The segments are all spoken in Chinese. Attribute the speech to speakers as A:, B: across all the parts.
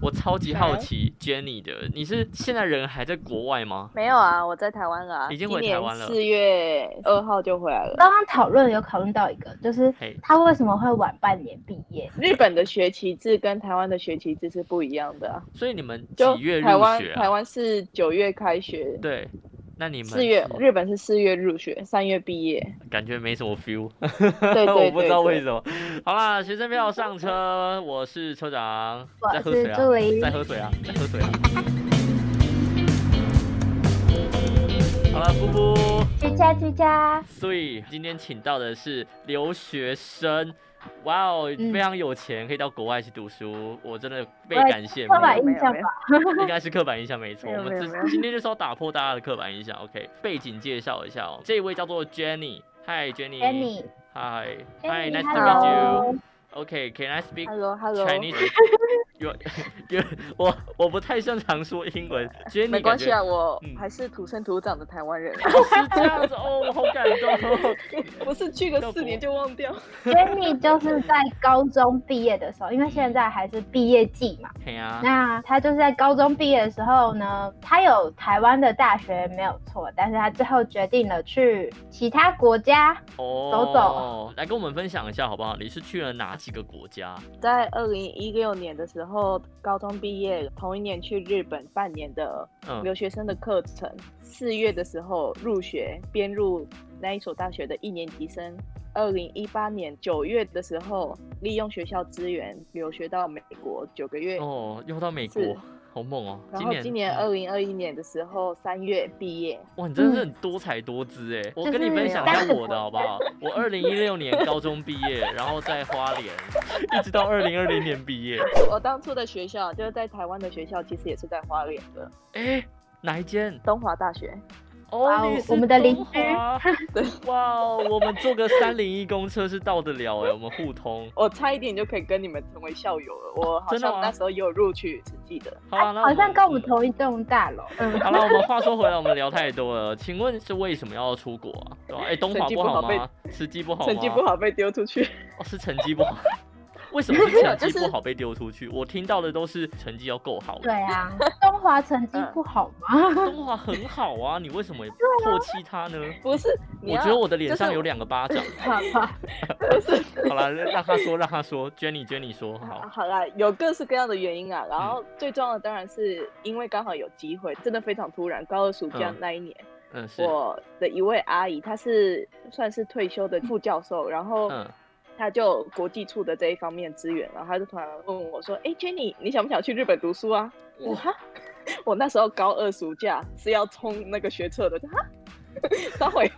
A: 我超级好奇 Jenny 的，你是现在人还在国外吗？
B: 没有啊，我在台湾了啊，
A: 已经回台湾了
B: 四月二号就回来了。
C: 刚刚讨论有讨论到一个，就是
A: 嘿
C: 他为什么会晚半年毕业？
B: 日本的学期制跟台湾的学期制是不一样的、啊，
A: 所以你们几
B: 就
A: 月入
B: 台湾
A: 学
B: 台
A: 啊？
B: 湾是九月开学，
A: 对，那你们
B: 四月
A: 是
B: 日本是四月入学，三月 毕业。
A: 感觉没什么 feel，
B: 对对 对
A: 我不知道为
B: 么。
A: 什么。好啦，学生票上车，我是车 长，
C: 我
A: 在喝
C: 是
A: 水啊
C: 助，理
A: 在喝水啊，在喝水啊。好了，布布。
C: 居家居家，
A: 所以今天请到的是留学生，哇哦，
C: 嗯
A: 非常有钱，可以到国外去读书，我真的倍
C: 对
A: 感谢。
C: 刻板
B: 没
C: 印
B: 有
C: 象
B: 没有
C: 吧，
A: 应该是刻板印象没错。
B: 没有
A: 我们
B: 没有没
A: 这
B: 有
A: 今天就是要打破大家的刻板印象。OK，背景介绍一下哦，这一位叫做 Jenny。Hi Jenny。
C: Jenny。
A: Hi. Hi.
C: Jenny,
A: Nice to meet
C: hello.
A: you. OK, can I speak
B: Hello Hello，
A: Chinese? You, you, 我我不太擅长说英 文。Jenny，
B: 没关系
A: 感
B: 啊，我
A: 嗯
B: 还是土生土长的台 湾人，
A: 觉哦是这样子哦，我好感动 哦。
B: 不是去个四年就忘掉。
C: Jenny 就是在高中毕业的时候，因为现在还是毕业季嘛，
A: 嘿啊，
C: 那他就是在高中毕业的时候呢，他有台湾的大学没有错，但是他最后决定了去其他国家。
A: 哦，
C: 走走
A: 来跟我们分享一下好不好？你是去了哪几个国家？
B: 在二零一六年的时候，高中毕业，同一年去日本半年的
A: 嗯，
B: 留学生的课程。四月的时候入学，编入那一所大学的一年级生。二零一八年九月的时候，利用学校资源留学到美国九个月，
A: 哦，又到美国
B: 是，
A: 好猛哦！
B: 然后今年二
A: 嗯
B: 零二一年的时候三月毕业。
A: 哇，你真的是很多才多姿哎！我
C: 嗯就
A: 跟你
C: 是
A: 分享一
C: 单
A: 下
C: 纯
A: 我的好不好？我二零一六年高中毕业，然后在花莲，一直到二零二零年毕业。
B: 我当初的学校就是在台湾的学校，其实也是在花莲的
A: 哎，哪一间？
B: 东华大学。
C: 哇
A: 哦，
C: 哦
A: 你是
C: 我们的邻居
A: 东 华哇哦，我们坐个三零一公车是到得了哎，我们互通。
B: 我差一点就可以跟你们成为校友了。我好
A: 真的吗
B: 像那时候也有录取，只记得。
A: 好啦，那
C: 好像跟我们
A: 嗯
C: 同一栋大楼。嗯，
A: 好了，我们话说回来，我们聊太多了。请问是为什么要出国啊？对吧、哎、东华
B: 成绩不
A: 好
B: 好被
A: 吗？成绩不好吗？
B: 成绩不好被丢出去，
A: 哦，是成绩不好。 为什 么是成
B: 没有
A: 绩
B: 就
A: 不
B: 是
A: 好被丢出去？我听到的都是成绩要够好。
C: 对，啊，中华成绩不好吗？
A: 东华很好啊，你为什么唾弃他呢？
B: 不是？你
A: 我
B: 要
A: 觉得我的脸
B: 就是
A: 上有两个巴 掌。
C: 好吧，
A: 好了，让他说，让他说，Jenny Jenny 说
B: 啊
A: 好。嗯
B: 好啦，有各式各样的原因啊。然后最重要的当然是因为刚好有机会，真的非常突然。高二暑假
A: 嗯
B: 那一年，
A: 嗯，是，
B: 我的一位阿姨，她是算是退休的副教授，然后
A: 嗯，
B: 她就有国际处的这一方面资源，然后她就突然问我说：“哎、j e n n y 你想不想去日本读书啊？”我哈， 我那时候高二暑假是要冲那个学测的，我就哈。稍微，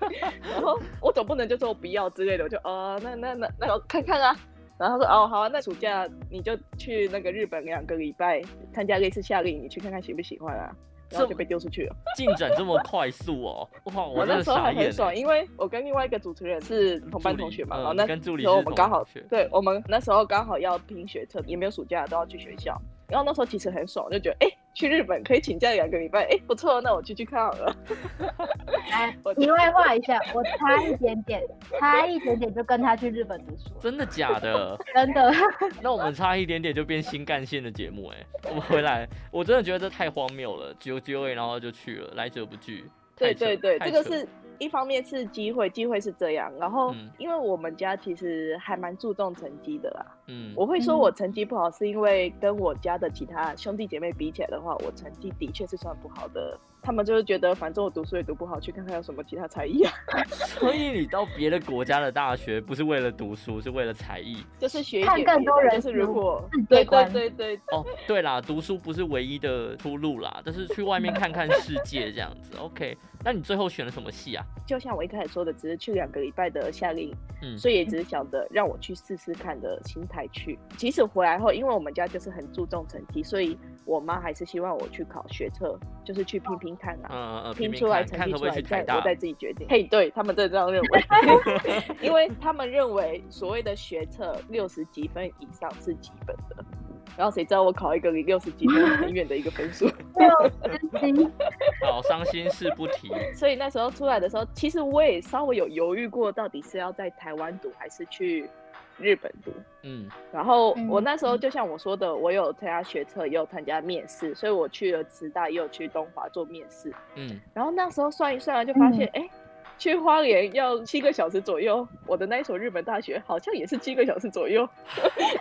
B: 然后我总不能就说我不要之类的，我就哦，那那那那我看看啊。然后他说哦好啊，那暑假你就去那个日本两个礼拜参加类似夏令营，你去看看喜不喜欢啊。然后
A: 这
B: 就被丢出去了。
A: 进展这么快速哦，哇，我
B: 我
A: 真
B: 那
A: 的
B: 时候
A: 傻
B: 还
A: 眼
B: 很爽，
A: 欸。
B: 因为我跟另外一个主持人是同班
A: 助理
B: 同学嘛，
A: 嗯
B: 然后那
A: 跟助理
B: 时候
A: 是
B: 我
A: 同
B: 们刚好
A: 学
B: 对我们那时候刚好要拼学测，也没有暑假都要去学校，然后那时候其实很爽，就觉得哎、去日本可以请假两个礼拜，哎、不错，那我就去看好了。
C: 来
B: 我，
C: 题外话一下，我差一点点，差一点点就跟他去日本读书了，
A: 真的假 的？
C: 真的。
A: 那我们差一点点就变新干线的节目哎、我们回来，我真的觉得这太荒谬了，只有机会然后就去了，来者不拒。
B: 对
A: 太扯
B: 对对，
A: 太
B: 这个
A: 扯
B: 是一方面是机会，机会是这样，然后
A: 嗯
B: 因为我们家其实还蛮注重成绩的啦，
A: 嗯，
B: 我会说
C: 嗯
B: 我成绩不好，是因为跟我家的其他兄弟姐妹比起来的话，我成绩的确是算不好的。他们就是觉得反正我读书也读不好，去看看有什么其他才艺啊，
A: 所以你到别的国家的大学不是为了读书，是为了才艺
B: 就是学一
C: 看
B: 点
C: 更
B: 别
C: 多
B: 的
C: 人
B: 就是如
C: 读
B: 果
C: 世界
B: 对对
C: 观
B: 对对，
A: 哦。对啦，读书不是唯一的出路啦，但是去外面看看世界这样子。OK，那你最后选了什么系啊？
B: 就像我一开始说的，只是去两个礼拜的夏令营，
A: 嗯
B: 所以也只是想着让我去试试看的心态去。其实回来后，因为我们家就是很注重成绩，所以我妈还是希望我去考学测，就是去
C: 哦
B: 拼拼看啊。
A: 嗯嗯，
B: 拼
A: 拼
B: 出来
A: 看看
B: 成绩
A: 可
B: 出
A: 不可以去
B: 来，
A: 台
B: 再
A: 大
B: 我？再自己决定。嘿，对他们真的这样认 为，因为他们认为所谓的学测六十几分以上是基本的，然后谁知道我考一个离六十几分 很远的一个分数，
C: 六十
A: 好，哦伤心事不提。
B: 所以那时候出来的时候，其实我也稍微有犹豫过，到底是要在台湾读还是去日本读。
A: 嗯
B: 然后
C: 嗯
B: 我那时候
C: 嗯
B: 就像我说的，我有参加学测，也有参加面试，所以我去了职大，也有去东华做面试。
A: 嗯，
B: 然后那时候算一算啊，就发现哎、诶去花莲要七个小时左右，我的那一所日本大学好像也是七个小时左右，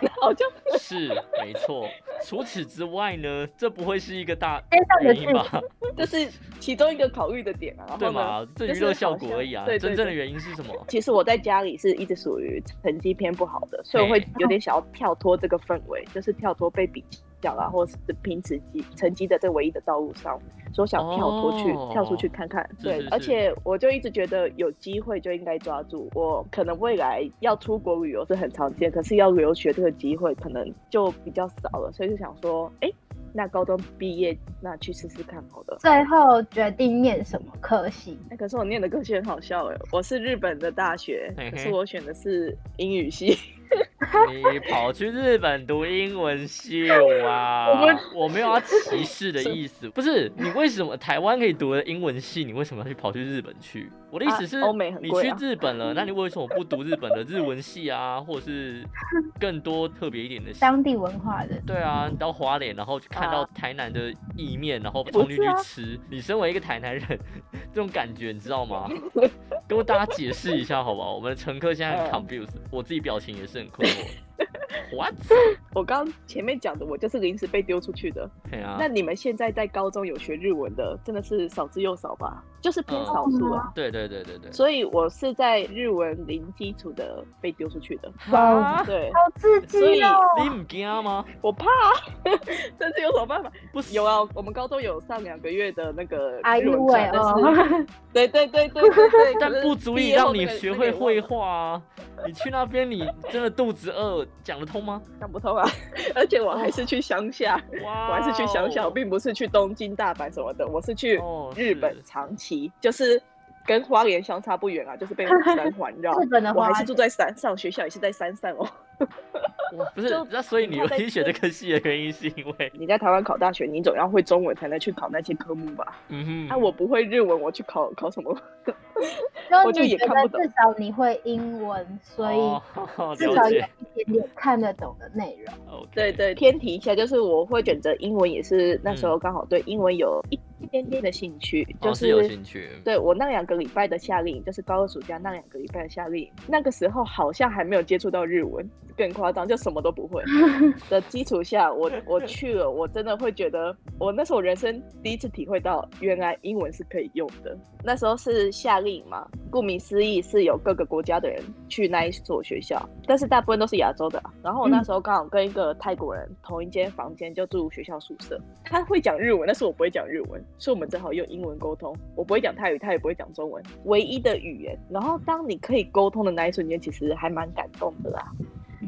B: 然后就。
A: 是没错。除此之外呢，这不会是一个大
C: 天上的
A: 原 因
C: 事
A: 吧？
B: 这是其中一个考虑的点啊。
A: 对
B: 然后呢，
A: 嘛？这
B: 就
A: 娱
B: 是
A: 乐
B: 好
A: 效果
B: 像
A: 而已啊。
B: 对对
A: 真正的
B: 对
A: 原因是什么？
B: 其实我在家里是一直属于成绩偏不好的，所以我会
A: 嘿
B: 有点想要跳脱这个氛围，就是跳脱被比较啊，或是凭成绩成绩的这唯一的道路上，所以我想跳脱去、
A: 哦
B: 跳出去看看。
A: 是
B: 对，
A: 是
B: 而
A: 是
B: 且我就一直觉得有机会就应该抓住。我可能未来要出国旅游是很常见，可是要留学这个机会可能就比较少了，所以就想说，哎、那高中毕业那去试试看好了。
C: 最后决定念什么科系？
B: 那哎可是我念的科系很好笑哎，我是日本的大学，
A: 嘿嘿
B: 可是我选的是英语系。
A: 你跑去日本读英文系 哇？我没有要歧视的意思，不是你为什么台湾可以读的英文系，你为什么要去跑去日本去？我的意思
B: 啊
A: 是，
B: 欧美很
A: 你
B: 贵
A: 去
B: 啊
A: 日本 了，那你为什么不读日本的日文系啊，或者是更多特别一点的系？
C: 当地文化的。
A: 对啊，你到花莲，然后去看到
B: 啊
A: 台南的意面，然后
B: 不
A: 冲进
B: 是
A: 去
B: 啊
A: 吃。你身为一个台南人，这种感觉你知道 吗？跟大家解释一下好不好？我们的乘客现在很
B: 嗯
A: confused，、我自己表情也是很困 惑。What？
B: 我刚前面讲的，我就是临时被丢出去的。
A: 对啊
B: 那，你们现在在高中有学日文的，真的是少之又少吧？就是偏
A: 嗯
B: 少数啊。
A: 对对对对对。
B: 所以我是在日文零基础的被丢出去的。
A: 啊，
B: 对，
C: 好刺激哦！
A: 你唔惊吗？
B: 我怕、 啊，但是有什么办法？
A: 不是
B: 有，啊，我们高中有上两个月的那个
C: 哎
B: 日
C: 呦
B: 文课，
C: 喂
B: 但是
C: 哦，
B: 对对对对对对，
A: 但
B: 可是
A: 不足
B: 毕
A: 以
B: 业后
A: 让你
B: 那个
A: 学
B: 那个
A: 会
B: 也忘
A: 绘
B: 了
A: 画啊！你去那边，你真的肚子饿，讲得通吗？
B: 想不通啊！ 而且我还是去乡下，
A: 哇哦，
B: 我还是去乡下，我并不是去东京、大阪什么的，我是去
A: 哦
B: 日本
A: 是
B: 长崎，就是跟花莲相差不远啊，就是被山环 绕。
C: 日本的
B: 我
C: 花
B: 还是住在山上，学校也是在山上哦。
A: 哇不是
B: 就，
A: 那所以你
B: 你 看
A: 你
B: 在
A: 选这个系的原因是因为，
B: 你在台湾考大学，你总要会中文才能去考那些科目吧？
A: 嗯哼，
B: 啊，我不会日文，我去考考什么？
C: 就
B: 我就
C: 你
B: 也
C: 觉
B: 看不
C: 得
B: 懂
C: 至少你会英文，所
A: 哦
C: 以至少
A: 了
C: 有
A: 解
C: 一点点看得懂的内容。
A: ，OK，
B: 对对，偏题一下，就是我会选择英文，也是那时候刚好对英文有一一点点的兴趣，
A: 嗯哦，
B: 就是
A: 有兴趣，
B: 对我那两个礼拜的夏令营，就是高二暑假那两个礼拜的夏令营，那个时候好像还没有接触到日文，更夸张，就什么都不会的基础下，我我去了，我真的会觉得，我那是我人生第一次体会到，原来英文是可以用的。那时候是夏令营嘛，顾名思义是有各个国家的人去那一所学校，但是大部分都是亚洲的啊。然后我那时候刚好跟一个泰国人同一间房间，就住学校宿舍。他会讲日文，但是我不会讲日文，所以我们只好用英文沟通。我不会讲泰语，他也不会讲中文，唯一的语言。然后当你可以沟通的那一瞬间，其实还蛮感动的啦。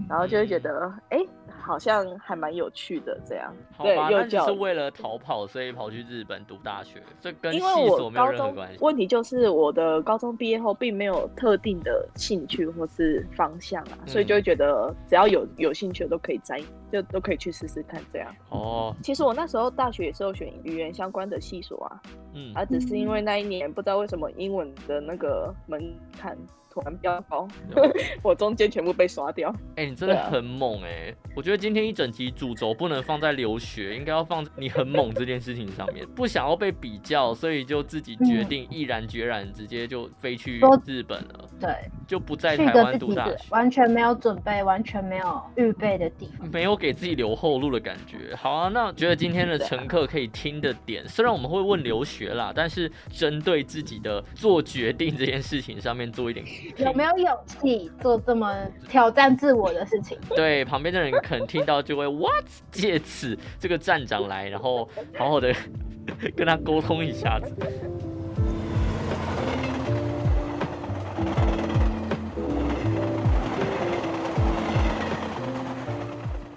B: 然后就会觉得，哎、好像还蛮有趣的这样。
A: 好
B: 对
A: 吧，，
B: 幼
A: 那你
B: 教
A: 是为了逃跑，所以跑去日本读大学，这跟系
B: 因为
A: 所
B: 我
A: 没有
B: 高
A: 任何
B: 中
A: 关系。
B: 问题就是我的高中毕业后并没有特定的兴趣或是方向啊，所以
A: 嗯
B: 就会觉得只要有有兴趣的都可以沾，就都可以去试试看这样。
A: 哦，
B: 其实我那时候大学也是有选语言相关的系所啊，
A: 嗯，
B: 啊，只是因为那一年不知道为什么英文的那个门槛突然飙高，
A: 了解
B: 我中间全部被刷掉。
A: 哎、你真的
B: 对啊
A: 很猛哎、我觉得今天一整集主轴不能放在留学，应该要放在你很猛这件事情上面。不想要被比较，所以就自己决
B: 嗯
A: 定毅然决然，直接就飞去
C: 说
A: 日本了，
C: 对，
A: 就不在
C: 去一
A: 台
C: 个
A: 湾
C: 自
A: 读
C: 己
A: 大
C: 的
A: 学，
C: 完全没有准备、完全没有预备的地 方。
A: 没有给自己留后路的感觉。好啊，那觉得今天的乘客可以听的点，虽然我们会问留学啦，但是针对自己的做决定这件事情上面做一点
C: 有 没有勇气做这么挑战自我的事情？
A: 对，旁边的人可能听到就会 what，借此这个站长来，然后好好的 跟他沟通一下子。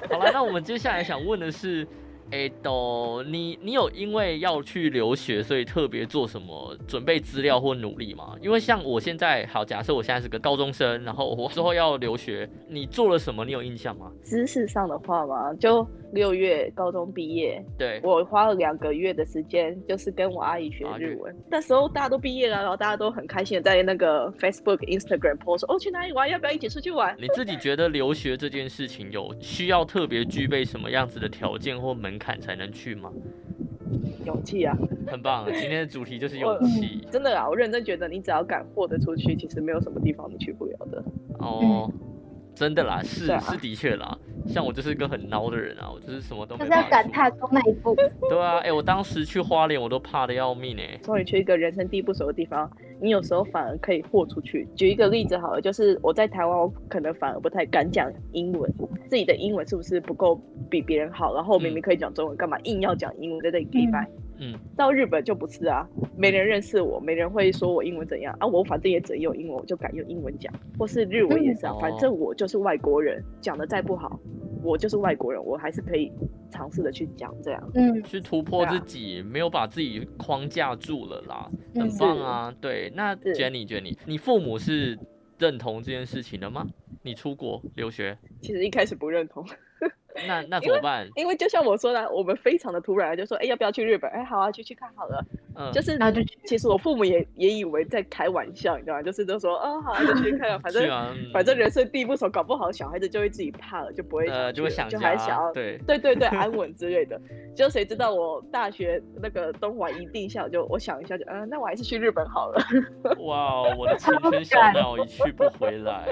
A: 好了，那我们接下来想问的是，哎，都你你有因为要去留学，所以特别做什么准备资料或努力吗？因为像我现在，好，假设我现在是个高中生，然后我之后要留学，你做了什么？你有印象吗？
B: 知识上的话嘛，就六月高中毕业，
A: 对，
B: 我花了两个月的时间，就是跟我阿姨学日文。那时候大家都毕业了，然后大家都很开心的在那个 Facebook、Instagram post 哦，去哪里玩？要不要一起出去玩？
A: 你自己觉得留学这件事情有需要特别具备什么样子的条件或门槛才能去吗？
B: 勇气啊，
A: 很棒，今天的主题就是勇气
C: 嗯
B: 真的啊，我认真觉得你只要敢豁得出去，其实没有什么地方你去不了的。
C: 嗯
A: 哦。真的啦，是
B: 对啊
A: 是的确啦，像我就是一个很孬的人啊，我就是什么都
C: 就
A: 没
C: 是要
A: 办法
C: 敢
A: 做。
C: 踏出那一步。
A: 对啊，哎、我当时去花莲我都怕的要命哎、
B: 终于去一个人生地不熟的地方，你有时候反而可以豁出去。举一个例子好了，就是我在台湾，我可能反而不太敢讲英文，自己的英文是不是不够比别人好？然后我明明可以讲中文，干嘛硬要讲英文在这里 g i
A: 嗯，
B: 到日本就不是啊，没人认识我，没人会说我英文怎样啊，我反正也只用英文，我就敢用英文讲，或是日文也是啊
A: 嗯，
B: 反正我就是外国人，讲的再不好，我就是外国人，我还是可以尝试的去讲这样。
C: 嗯
A: 去突破
B: 对
A: 自
B: 啊
A: 己，没有把自己框架住了啦，很
C: 嗯，
A: 棒啊。对，那
B: 是
A: Jenny Jenny，你父母是认同这件事情的吗？你出国留学，
B: 其实一开始不认同。
A: 那那怎么办？
B: 因为就像我说的，啊我们非常的突然就说，哎、要不要去日本？哎、好啊，去去看好了。
A: 嗯，
B: 就是，
C: 然后就去
B: 其实我父母也也以为在开玩笑，你知道吗？就是就说，哦，好啊，就去看啊，反
A: 去
B: 正、
A: 啊，嗯
B: 反正人生地不熟，搞不好小孩子就会自己怕了，就不会想去了、
A: 呃就会想
B: 就
A: 家
B: 还想要，
A: 对，
B: 对对对，安稳之类的。就谁知道我大学那个东莞一定校，就我想一下就，嗯、那我还是去日本好了。
A: 哇，哦我的青春小脑一去不回来，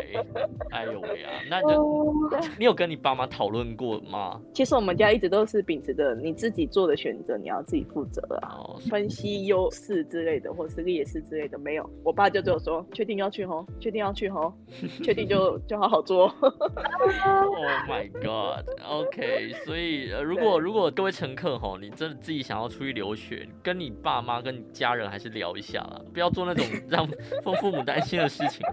A: 哎呦喂啊！那你
B: 哦
C: 哦
A: 你有跟你爸妈讨论过吗？
B: 其实我们家一直都是秉持着你自己做的选择，你要自己负责啊。
A: 哦，
B: 分析优势之类的，或是劣势之类的，没有。我爸就只有说，确定要去 吼，确定要去吼，确定就就好好做。
A: Oh my god. OK，所以、呃、如果如果各位乘客吼，你真的自己想要出去留学，跟你爸妈、跟你家人还是聊一下啦，不要做那 种让父父母担心的事情。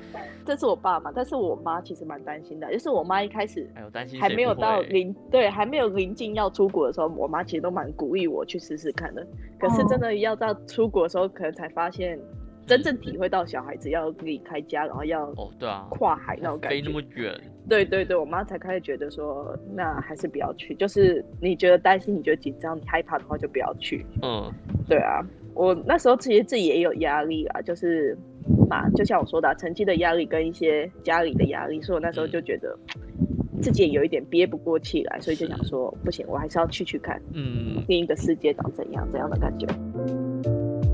B: 这是我爸嘛，但是我妈其实蛮担心的，就是我妈一开始
A: 哎呦，担心
B: 还
A: 谁
B: 没有
A: 不
B: 到
A: 会
B: 临对，还没有临近要出国的时候，我妈其实都蛮鼓励我去试试看的。可是真的要到出国的时候，可能才发现真正体会到小孩子要离开家，然后要
A: 哦，对啊，
B: 跨海那种感
A: 飞
B: 觉，
A: 那么远，
B: 对对对，我妈才开始觉得说，那还是不要去。就是你觉得担心，你觉得紧张，你害怕的话就不要去。
A: 嗯，
B: 对啊，我那时候其实自己也有压力啊，就是嘛，就像我说的啊、成绩的压力跟一些家里的压力，所以我那时候就觉得自己也有一点憋不过气来，所以就想说，不行，我还是要去去看
A: 嗯，
B: 另一个世界长怎样怎样的感觉。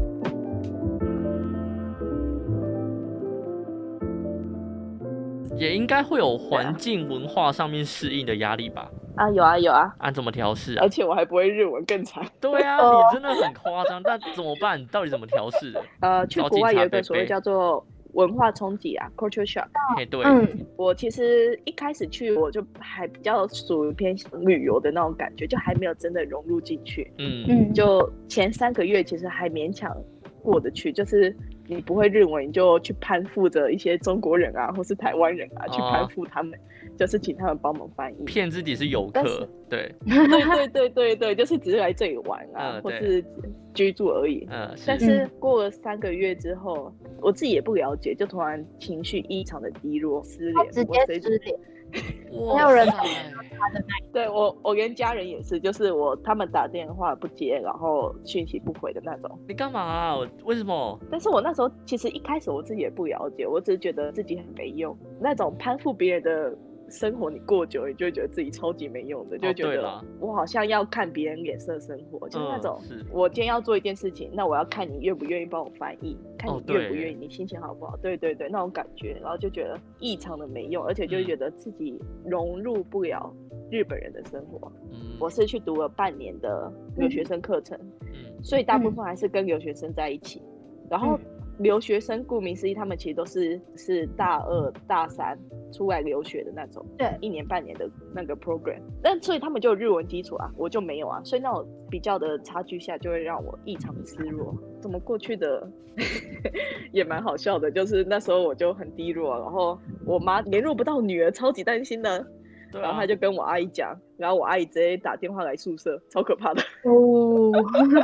A: 也应该会有
B: 对
A: 环
B: 啊
A: 境文化上面适应的压力吧？
B: 啊，有啊有啊，
A: 按、怎么调试啊
B: 而？且我还不会日文，更惨。
A: 对啊，
C: 哦
A: 你真的很夸张，但怎么办？到底怎么调试的？
B: 呃，去
A: 找
B: 国
A: 警
B: 外
A: 察
B: 有一个
A: 贝
B: 所谓
A: 贝
B: 叫做文化冲击啊 （culture shock）。
A: 嘿，对，
C: 嗯
B: 我其实一开始去，我就还比较属于偏旅游的那种感觉，就还没有真的融入进去。
A: 嗯，
C: 嗯，
B: 就前三个月其实还勉强过得去，就是你不会日文，你就去攀附着一些中国人啊，或是台湾人啊，去
A: 哦
B: 攀附他们，就是请他们帮忙翻译。
A: 骗自己是游
B: 但是
A: 客，对，
B: 对对对对对，就是只是来这里玩啊，
A: 嗯
B: 或
A: 对
B: 是居住而已。
A: 嗯，是
B: 但是过了三个月之后，我自己也不了解，就突然情绪异常的低落、失
C: 他
B: 联，
C: 直
B: 我
C: 接
B: 随
C: 失联，
A: 哇
C: 没有人
A: 塞
B: 对我，我跟家人也是，就是我他们打电话不接，然后讯息不回的那种。
A: 你干嘛、啊？我为什么？
B: 但是我那时候其实一开始我自己也不了解，我只是觉得自己很没用。那种攀附别人的生活，你过久了，你就会觉得自己超级没用的，就会觉
A: 哦对
B: 得
A: 啦
B: 我好像要看别人脸色生活，就是那
A: 嗯
B: 种。
A: 是
B: 我今天要做一件事情，那我要看你愿不愿意帮我翻译，看
A: 哦
B: 你
A: 对
B: 愿不愿意，你心情好不好？对对对，那种感觉，然后就觉得异常的没用，而且就
A: 嗯
B: 觉得自己融入不了日本人的生活。
A: 嗯
B: 我是去读了半年的留学生课程，
A: 嗯
B: 所以大部分还是跟留学生在一起。然后留学生顾名思义，他们其实都是是大二、大三出来留学的那种，
C: 对
B: 一年半年的那个 program。但所以他们就有日文基础啊，我就没有啊，所以那种比较的差距下，就会让我异常失落。怎么过去的 也蛮好啊笑的，就是那时候我就很低落，然后我妈联络不到女儿，超级担心的。
A: 对
B: 然后
A: 啊
B: 他，就跟我阿姨讲，然后我阿姨直接打电话来宿舍，超可怕的。
C: 哦，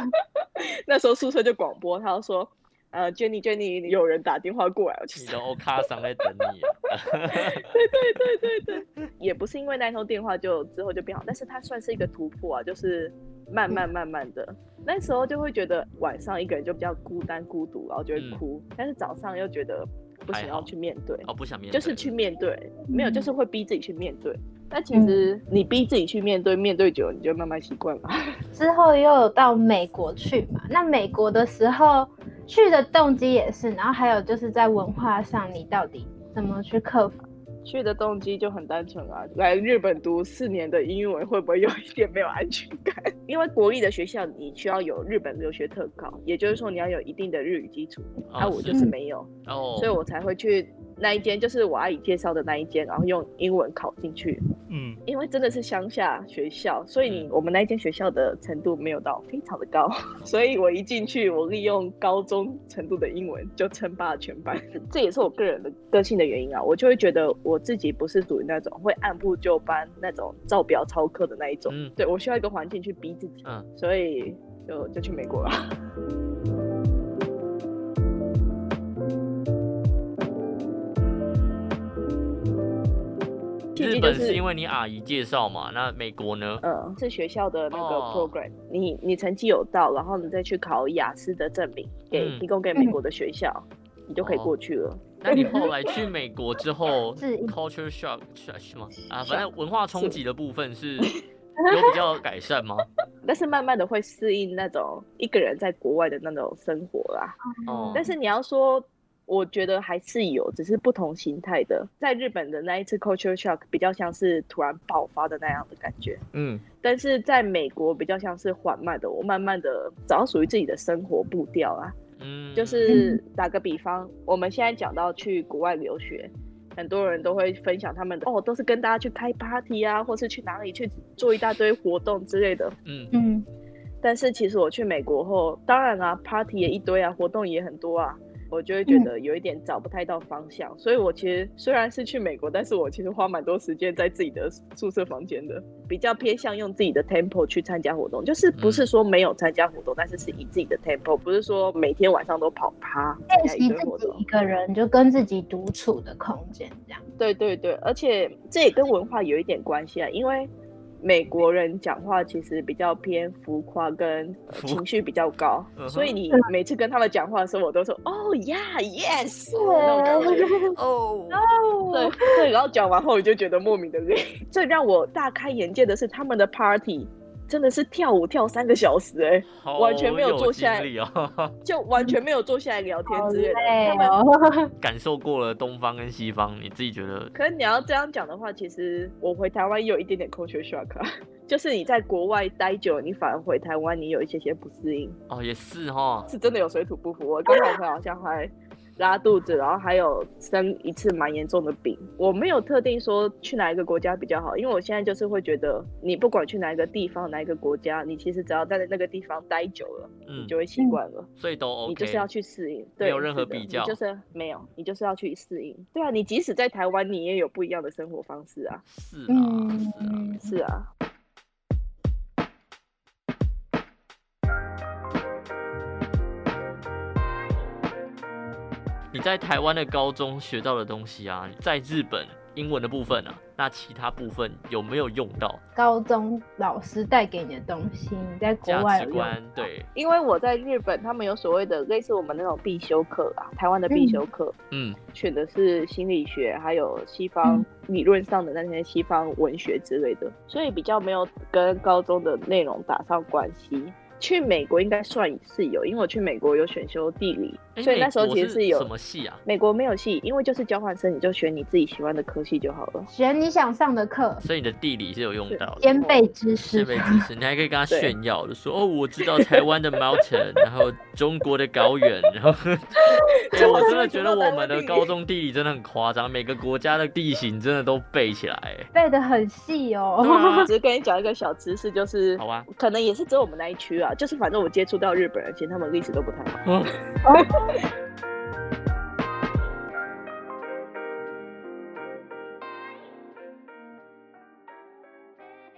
B: 那时候宿舍就广播，他就说，呃，Jenny Jenny，有人打电话过来，我就
A: 你
B: 是
A: 的欧卡桑在等你啊，
B: 也不是因为那通电话就之后就变好，但是它算是一个突破啊，就是慢慢慢慢的，那时候就会觉得晚上一个人就比较孤单孤独，然后就会
A: 嗯
B: 哭，但是早上又觉得不
A: 还
B: 行
A: 好
B: 要去面对，
A: 哦，不想面
B: 就
A: 对，
B: 是去面对，没有
C: 嗯
B: 就是会逼自己去面对。但其实你逼自己去面对，面对久了你就慢慢习惯了。
C: 之后又有到美国去嘛？那美国的时候去的动机也是，然后还有就是在文化上，你到底怎么去克服？
B: 去的动机就很单纯啊，来日本读四年的英文会不会有一点没有安全感？ 因为国立的学校你需要有日本留学特考，也就是说你要有一定的日语基础，
A: 哦，
B: 而我就是是没有，
A: 哦，
B: 所以我才会去那一间，就是我阿姨介绍的那一间，然后用英文考进去。
A: 嗯，
B: 因为真的是乡下学校，所以你我们那一间学校的程度没有到非常的高， 所以我一进去，我利用高中程度的英文就称霸了全班，
A: 嗯
B: 这也是我个人的个性的原因啊，我就会觉得我自己不是属于那种会按部就班、那种照表操课的那一种，
A: 嗯
B: 对我需要一个环境去逼自己，
A: 嗯
B: 所以就就去美国了。契
A: 日
B: 机就
A: 本是因为你阿姨介绍嘛，那美国呢？
B: 嗯，是学校的那个
A: 哦
B: program，、你你成绩有到，然后你再去考雅思的证明，给、
A: 嗯
B: 提供给美国的学校，你就可以
A: 哦
B: 过去了。
A: 那你后来去美国之 后
C: 是
A: ，culture shock 是是吗？啊，
B: Shock
A: 反正文化冲击的部分 是有比较改善吗？
B: 但是慢慢的会适应那种一个人在国外的那种生活啦。
A: 哦
B: 但是你要说，我觉得还是有，只是不同形态的。在日本的那一次 culture shock 比较像是突然爆发的那样的感觉，
A: 嗯，
B: 但是在美国比较像是缓慢的，我慢慢的找到属于自己的生活步调啊啦。
A: 嗯，
B: 就是打个比方，我们现在讲到去国外留学，很多人都会分享他们的哦，都是跟大家去开 party 啊，或是去哪里去做一大堆活动之类的。
A: 嗯
C: 嗯，
B: 但是其实我去美国后，当然啦、p a r t y 也一堆啊，活动也很多啊。我就会
C: 嗯
B: 觉得有一点找不太到方向，所以我其实虽然是去美国，但是我其实花蛮多时间在自己的宿舍房间的，比较偏向用自己的 tempo 去参加活动，就是不是说没有参加活动，但是是以自己的 tempo，不是说每天晚上都跑趴参
C: 练
B: 加一
C: 习
B: 堆
C: 自
B: 活
C: 己
B: 动
C: 一。个人就跟自己独处的空间这样。
B: 对对对，而且这也跟文化有一点关系啊，因为美国人讲话其实比较偏浮夸，跟呃
A: 浮
B: 情绪比较高
A: 嗯哼，
B: 所以你
C: 啊
B: 每次跟他们讲话的时候，我都说哦呀，yes
C: 啊
B: 那种感觉。
A: 哦，
B: 对对，然后讲完后我就觉得莫名的累。 最让我大开眼界的是他们的 party。真的是跳舞跳三个小时哎、
A: 好
B: 完全没有坐下来
A: 有经历哦，
B: 就完全没有坐下来聊天
C: 好
B: 之类的。
C: 累
B: 他们
C: 哦，
A: 感受过了东方跟西方，你自己觉得
B: 可是你要这样讲的话，其实我回台湾也有一点点 culture shock，、啊、 就是你在国外待久了，你反而回台湾，你有一些些不适应，
A: 哦也是哈，
B: 是真的有水土不服。我跟我朋友好像还拉肚子，然后还有生一次蛮严重的病。我没有特定说去哪一个国家比较好，因为我现在就是会觉得，你不管去哪一个地方、哪一个国家，你其实只要在那个地方待久了，
A: 嗯
B: 你，就会习惯了。
A: 所以都
B: 你
A: OK，
B: 就是要去适应，对，
A: 没有任何
B: 是的
A: 比较
B: 你就是没有，你就是要去适应。对啊，你即使在台湾，你也有不一样的生活方式啊。
A: 是啊
C: 嗯
A: 是啊，
B: 是啊，
A: 你在台湾的高中学到的东西啊，在日本英文的部分啊，那其他部分有没有用到？
C: 高中老师带给你的东西，你在国
A: 价
C: 外
A: 值
C: 有用
A: 观对，
B: 因为我在日本，他们有所谓的类似我们那种必修课啊，台湾的必修课，
A: 嗯
B: 选的是心理学，还有西方
C: 嗯
B: 理论上的那些西方文学之类的，所以比较没有跟高中的内容打上关系。去美国应该算是有，因为我去美国有选修地理，
A: 诶
B: 所以那时候
A: 美国
B: 其实
A: 是
B: 有
A: 什么系啊？
B: 美国没有系，因为就是交换生，你就选你自己喜欢的科系就好了。
C: 选你想上的课，
A: 所以你的地理是有用到的，
C: 兼备知
A: 是
C: 识。
A: 被支持，你还可以跟他
B: 对
A: 炫耀，就说哦，我知道台湾的 mountain，然后中国的高原，然 后，哎、我真的觉得我们的高中地理真的很夸张，每个国家的地形真的都背起来，
C: 背的很细哦，
A: 对啊
B: 只是跟你讲一个小知识，就是
A: 好啊，
B: 可能也是只有我们那一区啊，就是反正我接触到日本人，其实他们历史都不太好。
A: 哦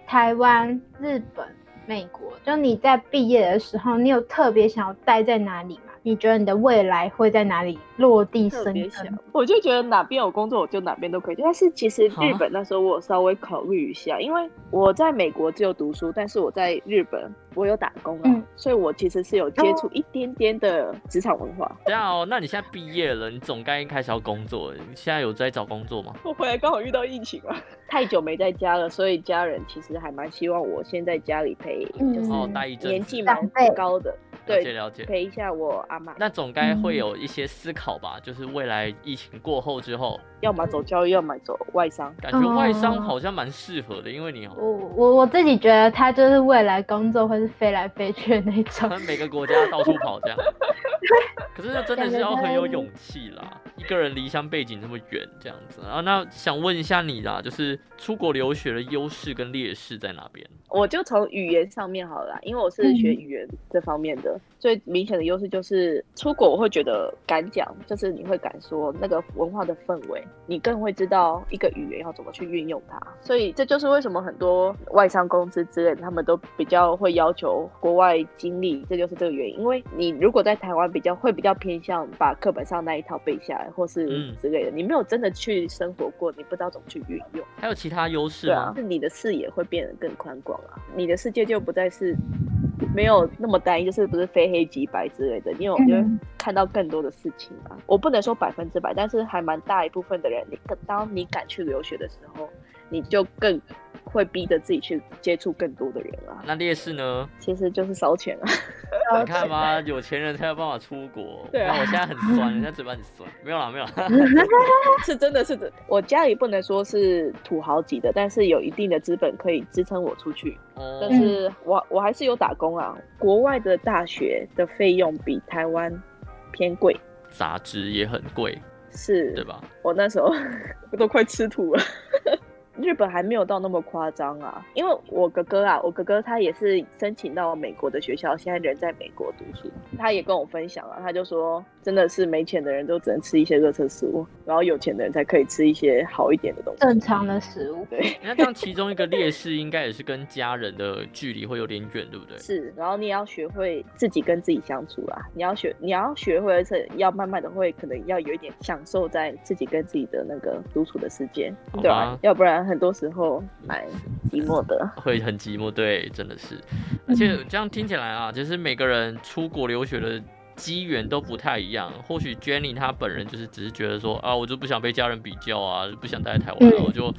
C: 台湾、日本、美国，就你在毕业的时候，你有特别想要待在哪里吗？你觉得你的未来会在哪里落地生
B: 特别想
C: 根？，
B: 我就觉得哪边有工作我就哪边都可以去。但是其实
A: 啊
B: 日本那时候我有稍微考虑一下，因为我在美国只有读书，但是我在日本我有打工啊，
C: 嗯
B: 所以我其实是有接触一点点的职场文化。
A: 对啊、哦，那你现在毕业了，你总该开始要工作了，你现在有在找工作吗？
B: 我回来刚好遇到疫情啊了，太久没在家了，所以家人其实还蛮希望我先在家里陪，
C: 嗯
B: 就是
A: 哦，待一阵子，
B: 年纪
C: 长
B: 蛮
C: 辈
B: 高的，
A: 了解
B: 对，
A: 了解。
B: 陪一下我阿妈，
A: 那总该会有一些思考吧，就是未来疫情过后之后，
B: 要么走教育，要么走外商。
A: 感觉外商
C: 哦
A: 好像蛮适合的，因为你哦好
C: 我我我自己觉得他就是未来工作会是飞来飞去的那种
A: 像。每个国家到处跑这样。可是真的是要很有勇气啦，一个人离乡背景那么远这样子啊。那想问一下你啦，就是出国留学的优势跟劣势在哪边？
B: 我就从语言上面好了啦，因为我是学语言这方面的，最明显的优势就是出国，我会觉得敢讲，就是你会敢说那个文化的氛围，你更会知道一个语言要怎么去运用它。所以这就是为什么很多外商公司之类的，他们都比较会要求国外经历，这就是这个原因。因为你如果在台湾比较会比较偏向把课本上那一套背下来，或是
A: 嗯
B: 之类的，你没有真的去生活过，你不知道怎么去运用。
A: 还有其他优势
B: 对啊
A: 吗，？
B: 是你的视野会变得更宽广啊，你的世界就不再是没有那么单一，就是不是非黑即白之类的，你有
C: 嗯
B: 你会看到更多的事情啊。我不能说百分之百，但是还蛮大一部分的人，你当你敢去留学的时候，你就更会逼着自己去接触更多的人啊。
A: 那劣势呢？
B: 其实就是烧钱啊，
A: 你看吧，有钱人才有办法出国。
B: 对啊
A: 那我现在很酸，人家嘴巴很酸。没有啦，没有啦。
B: 是真的是真的。我家里不能说是土豪级的，但是有一定的资本可以支撑我出去。
A: 哦
B: 但是我我还是有打工啊。国外的大学的费用比台湾偏贵，
A: 杂志也很贵，
B: 是
A: 对吧？
B: 我那时候我都快吃土了。日本还没有到那么夸张啊，因为我哥哥啊，我哥哥他也是申请到美国的学校，现在人在美国读书。他也跟我分享啊，他就说，真的是没钱的人都只能吃一些热色食物，然后有钱的人才可以吃一些好一点的东西。
C: 正常的食物，
B: 对，
A: 那这样其中一个劣势应该也是跟家人的距离会有点远，对不对？
B: 是，然后你也要学会自己跟自己相处啦。你要学，你要学会，而且要慢慢的会，可能要有一点享受在自己跟自己的那个独处的时间
A: 好，吧
B: 对啊，要不然很多时候蛮寂寞的。
A: 会很寂寞，对，真的是。而且
B: 嗯
A: 这样听起来啊，就是每个人出国留学的机缘都不太一样。或许 Jenny 她本人就是只是觉得说啊，我就不想被家人比较啊，不想待在台湾了，
C: 嗯
A: 我就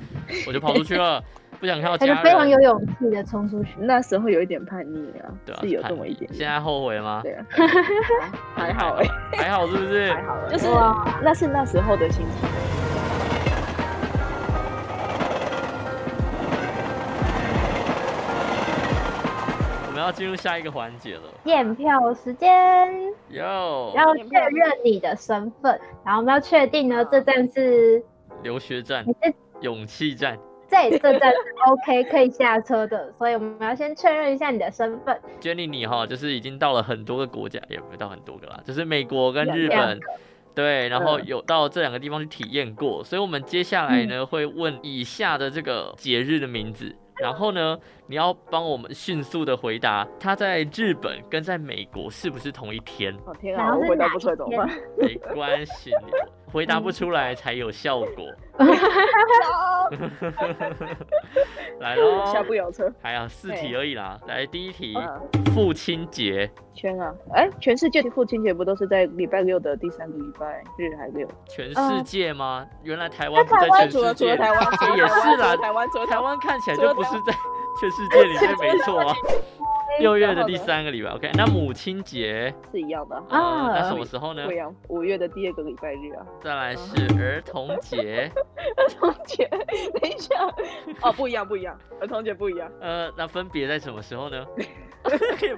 A: 我就跑出去 了，不想看到
C: 他
A: 家
C: 就
A: 人。
C: 非常有勇气的冲出去。
B: 那时候有一点叛逆啊，
A: 对啊，
B: 是有
A: 叛
B: 这么一
A: 逆
B: 点点，
A: 现在后悔了吗？
B: 对啊， 还好哎、
A: 还好是不是？
B: 还好哎、就是
C: 哇
B: 那是那时候的心情。
A: 我们要进入下一个环节了。
C: 验票时间。
A: 哟，
C: 要确认你的身份，然后我们要确定呢，
B: 嗯
C: 这站是
A: 留学站
C: 你是，
A: 勇气站。
C: 这这站是 OK 可以下车的，所以我们要先确认一下你的身份。
A: Jenny，你哈，就是已经到了很多个国家，也没到很多个啦，就是美国跟
B: 两
A: 日
C: 两
A: 本，对，然后
B: 嗯
A: 有到这两个地方去体验过，所以我们接下来呢会问以下的这个节日的名字，然后呢你要帮我们迅速的回答，它在日本跟在美国是不是同一天？
B: 哦天
C: 然
B: 啊，
C: 后
B: 我
C: 是
B: 回答
C: 哪
B: 不
C: 一
B: 出来怎么
C: 天
B: 办？
A: 没关系，你回答不出来才有效果。
B: 嗯
A: 来喽，
B: 下不了车，
A: 还有四题
B: 对
A: 而已啦。来第一题，
B: 嗯，
A: 父亲节，
B: 圈啊，哎、全世界的父亲节不都是在礼拜六的第三个礼拜日还六？
A: 全世
C: 嗯
A: 界吗？原来台湾不
C: 那
A: 在
C: 台湾
A: 全
B: 除了
A: 世
B: 除
A: 界，
B: 了台 湾，除了
A: 也
B: 台湾
A: 是啦
B: 除了。台湾除了台
A: 台
B: 湾，
A: 湾看起来
B: 除了
A: 就不是在全世界里 面，没错啊。六月的第三个礼拜，OK。那母亲节，
B: 是一样的啊，
A: 呃
C: 啊
A: 那什么时候呢
B: 不一？样。五月的第二个礼拜日啊，
A: 再来是儿童节，
B: 儿童节，等一下，哦，不一样不一样，儿童节不一样。
A: 呃，那分别在什么时候 呢？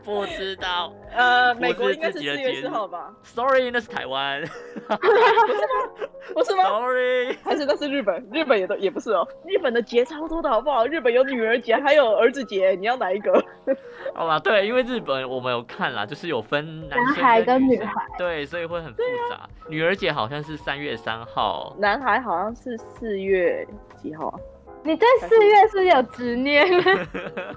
A: 不知道
B: 呃，
A: 不
B: 美国
A: 是
B: 应该
A: 自
B: 是
A: 己的
B: 四
A: 节
B: 月四
A: 日
B: 号吧？
A: ，Sorry，那是台 湾
B: 不是吗？
A: ，Sorry。
B: 还是那是日本，日本也都也不是哦。日本的节超多的好不好？日本有女儿节，还有儿子节，你要哪一个？
A: 好啦，对，因为日本我们有看啦，就是有分男
C: 男
A: 生
C: 孩
A: 跟
C: 跟
A: 女
C: 女
A: 生
C: 孩，
A: 对，所以会很复
B: 啊
A: 杂。女儿节好像是三月三号，
B: 男孩好像是四月几号啊？
C: 你对四月是不是有执念？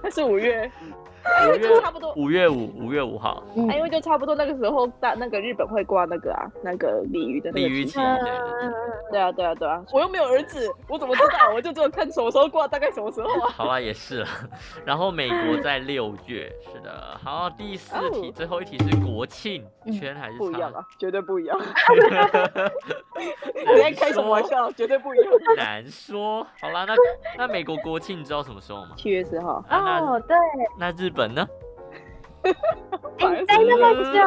B: 但是五月，
A: 五
B: 因为就
A: 月
B: 差不多，
A: 五月五五月五号，
C: 嗯
B: 啊因为就差不多那个时候大那个日本会挂那个啊，那个鲤鱼的那
A: 鲤
B: 个
A: 鱼
B: 旗啊
A: 旗，对对对
B: 对啊，对啊，对啊，我又没有儿子，我怎么知道？我就只有看什么时候挂，大概什么时候啊？
A: 好啦，也是啦。然后美国在六月，是的。好，第四题，
B: 哦
A: 最后一题是国庆
C: 嗯
A: 圈还是
B: 不一样
A: 差？
B: 啊，绝对不一样！ 你在
A: 难
B: 开什么玩
A: 说，
B: 笑？绝对不一样。
A: 难说。好啦，那那美国国庆你知道什么时候吗？
B: 七月十号，
A: 啊那
C: 哦，对，
A: 那日本呢？
B: 反而
C: 哎，真
B: 是
C: 的
A: 个
C: 太久，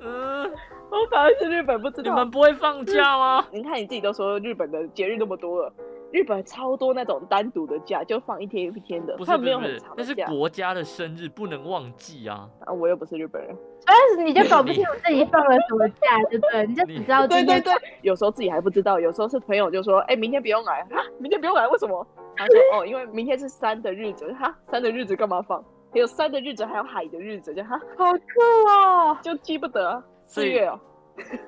A: 嗯，
B: 我反而是日本不知
A: 你
B: 道嗯
A: 们。不会放假吗？
B: 你看你自己都说日本的节日那么多了，日本超多那种单独的假，就放一天一天的，
A: 不是
B: 他
A: 不
B: 们没
A: 是
B: 有
A: 不
B: 很
A: 是
B: 长，
A: 那
B: 的
A: 是
B: 假。
A: 国家的生日，不能忘记 啊！
B: 啊，我又不是日本人。
C: 但是你就搞不清楚自己放了什么假，对不对？你就只知道
B: 对
C: 今
B: 对
C: 天
B: 对，有时候自己还不知道，有时候是朋友就说，哎、明天不用来啊，明天不用来，为什么？他说，哦，因为明天是山的日子，哈，山的日子干嘛放？还有山的日子，还有海的日子，就哈，
C: 好酷哦，
B: 就记不得、啊。
A: 所
B: 四
A: 以
B: 月哦，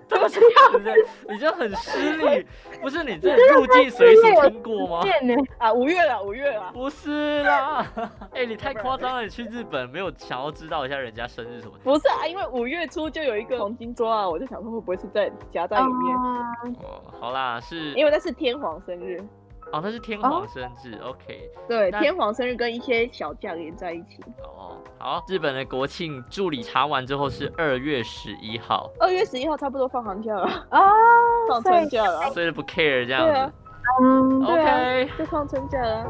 A: 对不起，你这你这很失礼，不是你这入境随
C: 真的
A: 俗
C: 有
A: 听过吗？
C: 见呢，
B: 啊，五月了，五月了，
A: 不是啦， 哎、你太夸张了！你去日本没有想要知道一下人家生日什么？
B: 不是啊，因为五月初就有一个黄金周啊，我就想说会不会是在夹在里面，
C: 哦
A: 哦，好啦，是
B: 嗯因为那是天皇生日，
A: 哦，那是天皇生日、o k
B: 对，
A: 那
B: 天皇生日跟一些小假连在一起。
A: 哦，好，日本的国庆助理查完之后是二月十一号，
B: 二月十一号差不多放寒假了，
C: 哦，
B: 放
C: 所
B: 春
C: 以
B: 假了，
A: 所以不 care 这样子
B: 对、啊
C: 嗯，
A: o
B: 对
A: k
B: 啊就放春假了。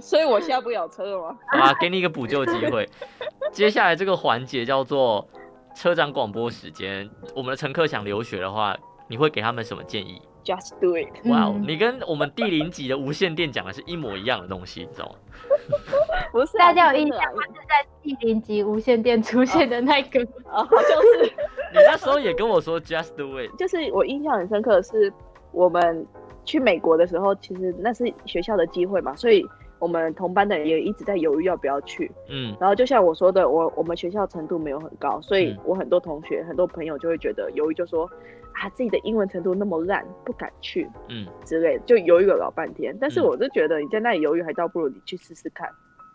B: 所以我下不了车了吗？
A: 好啦，给你一个补救机会。接下来这个环节叫做车长广播时间，我们的乘客想留学的话，你会给他们什么建议？
B: Just do it。
A: 哇、哦，
C: 嗯
A: 你跟我们第零集的无线电讲的是一模一样的东西，你知道吗？
B: 不是啊
C: 大家有印
B: 不是
C: 象
B: 啊
C: 吗？是在第零集无线电出现的那个，
B: 啊，好像是。
A: 你那时候也跟我说 just do it，
B: 就是我印象很深刻的是，我们去美国的时候，其实那是学校的机会嘛，所以我们同班的人也一直在犹豫要不要去。
A: 嗯，
B: 然后就像我说的，我我们学校程度没有很高，所以
A: 嗯
B: 我很多同学、很多朋友就会觉得犹豫，就说啊自己的英文程度那么烂，不敢去，
A: 嗯，
B: 之类的，就犹豫了老半天。但是
A: 嗯
B: 我就觉得你在那里犹豫，还倒不如你去试试看，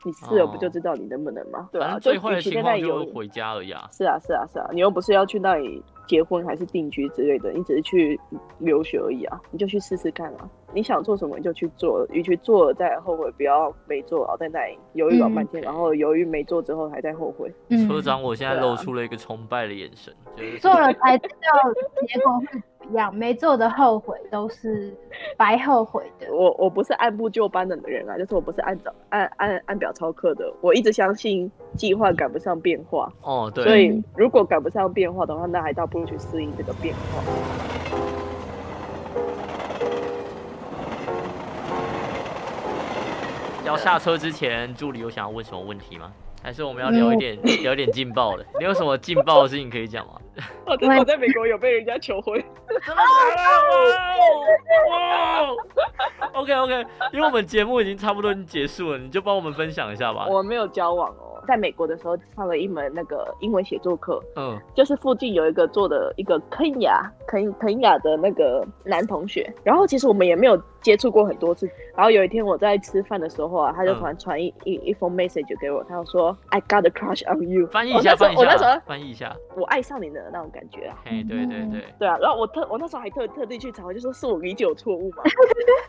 B: 你试了不就
A: 哦
B: 知道你能不能吗？对
A: 反
B: 啊，
A: 正最
B: 就
A: 坏的
B: 与其
A: 情
B: 在
A: 况
B: 那里
A: 就
B: 犹
A: 是
B: 豫。
A: 回家而已啊。
B: 是啊，是啊，是啊，你又不是要去那里结婚还是定居之类的，你只是去留学而已啊，你就去试试看啊。你想做什么你就去做，与其做了再后悔，不要没做，然后在那里犹豫老半天，
A: 嗯
B: 然后犹豫没做之后还在后悔。
C: 嗯
A: 车长，我现在
B: 对啊
A: 露出了一个崇拜的眼神，就是
C: 做了才知道结果会怎么样，没做的后悔都是白后悔的。
B: 我我不是按部就班的人啊，就是我不是按照按按按表操课的，我一直相信计划赶不上变化，
A: 哦，
B: 所
A: 对，
B: 以如果赶不上变化的话，那还倒不如去适应这个变化。
A: 要下车之前，助理有想要问什么问题吗？还是我
B: 嗯
A: 们要聊一点、聊一点劲爆的？你有什么劲爆的事情可以讲吗？
B: 我在我在美国有被人家求婚，
A: 真的假的？哇哦！哇 OK OK，因为我们节目已经差不多已经结束了，你就帮我们分享一下吧。
B: 我没有交往哦。在美国的时候上了一门那个英文写作课，
A: 嗯，
B: 就是附近有一个做的一个肯雅肯肯雅的那个男同学，然后其实我们也没有接触过很多次。然后有一天我在吃饭的时候啊，他
A: 嗯
B: 就突然传一、一一封 message 给我，他就说 I got a crush on you，
A: 翻译一下，
B: 我那
A: 翻
B: 时
A: 译
B: 候我那
A: 一
B: 时候
A: 下，翻译一下。
B: 我爱上你的那种感觉啊。
A: 嘿，对对对，
B: 对啊，然后我特我那时候还特特地去查，我就说是我理解有 错误嘛，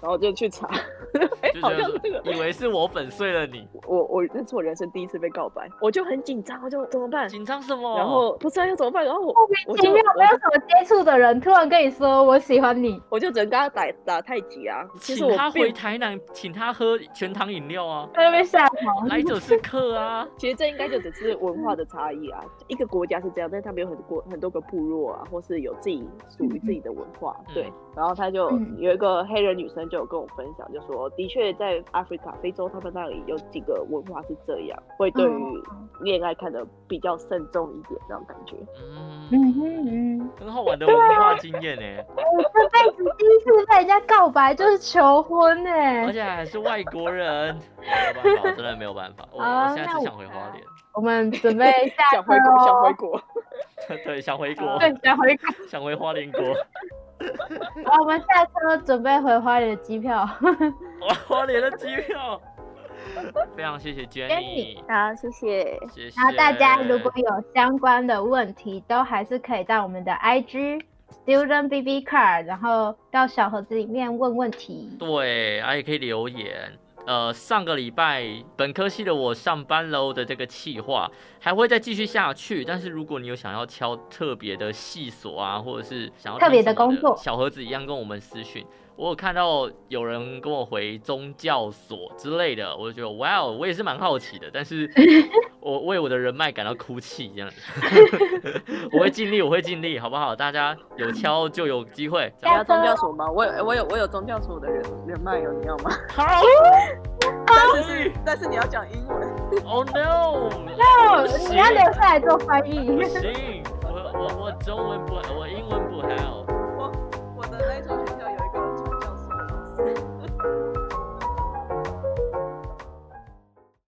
B: 然后我就去查， 哎、
A: 就
B: 好
A: 觉
B: 像是这
A: 得
B: 个，
A: 以为是我粉碎了你，
B: 我我那是我人生第一次被告白，我就很紧张，我就怎么办？
A: 紧哦张什么？
B: 然后不知道要怎么办，然后我我
C: 前
B: 就
C: 面有没有什么接触的人突然跟你说我喜欢你？
B: 我就只能跟他打打太极啊。其实
A: 请
B: 我
A: 他回
B: 并
A: 台南，请他喝全糖饮料 啊，
C: 他就被吓跑。
A: 来者是客啊。
B: 其实这应该就只是文化的差异啊，一个国家是这样，但是他们有很多很多个部落啊，或是有自己属于自己的文化，
A: 嗯
B: 对。然后他就
C: 嗯
B: 有一个黑人女生就有跟我分享，就说的确在 Africa 非洲他们那里有几个文化是这样，会对于
C: 嗯
B: 恋爱看得比较慎重一点那种感觉。
C: 嗯
A: 嗯，
C: 哼嗯，
A: 很好玩的文化经验欸呢、
C: 我这辈子第一次被人家告白就是求婚哎、
A: 而且还是外国人，没有办法，我真的没有办法，我
C: 啊
A: 我现在
C: 那
A: 只
C: 我
A: 想回花莲，
C: 我们准备下
B: 想
C: 课
B: 回国，想回
C: 喽。
B: 国，
A: 对，想回国，
C: 对，想回国。
A: 想回花莲国，
C: 好，我们下车准备回花莲的机票。
A: 哇，花莲的机票，非常 谢谢 Jenny，
C: Jenny
B: 好，谢谢。
A: 谢谢。
C: 然后大家如果有相关的问题，都还是可以到我们的 IG student bb car，然后到小盒子里面问问题。
A: 对，啊也可以留言。呃，上个礼拜本科系的我上班喽的这个企划还会再继续下去，但是如果你有想要敲特别的系所啊，或者是想要
C: 特别
A: 听什
C: 的
A: 么
C: 工作
A: 小盒子一样跟我们私讯。我有看到有人跟我回宗教所之类的，我就觉得哇哦，我也是蛮好奇的，但 是我为我的人脉感到哭泣这样 子。我会尽力，我会尽力，好不好？大家有敲就有机会。这
B: 你
A: 样
B: 要宗教所吗？我有，我有，我有宗教所的人人脉有，你要吗？
A: 好，
B: 但是是，但是你要讲英文。
A: Oh no！
C: 哦，你要留下来做翻译
A: 不。行，我我我中文不，我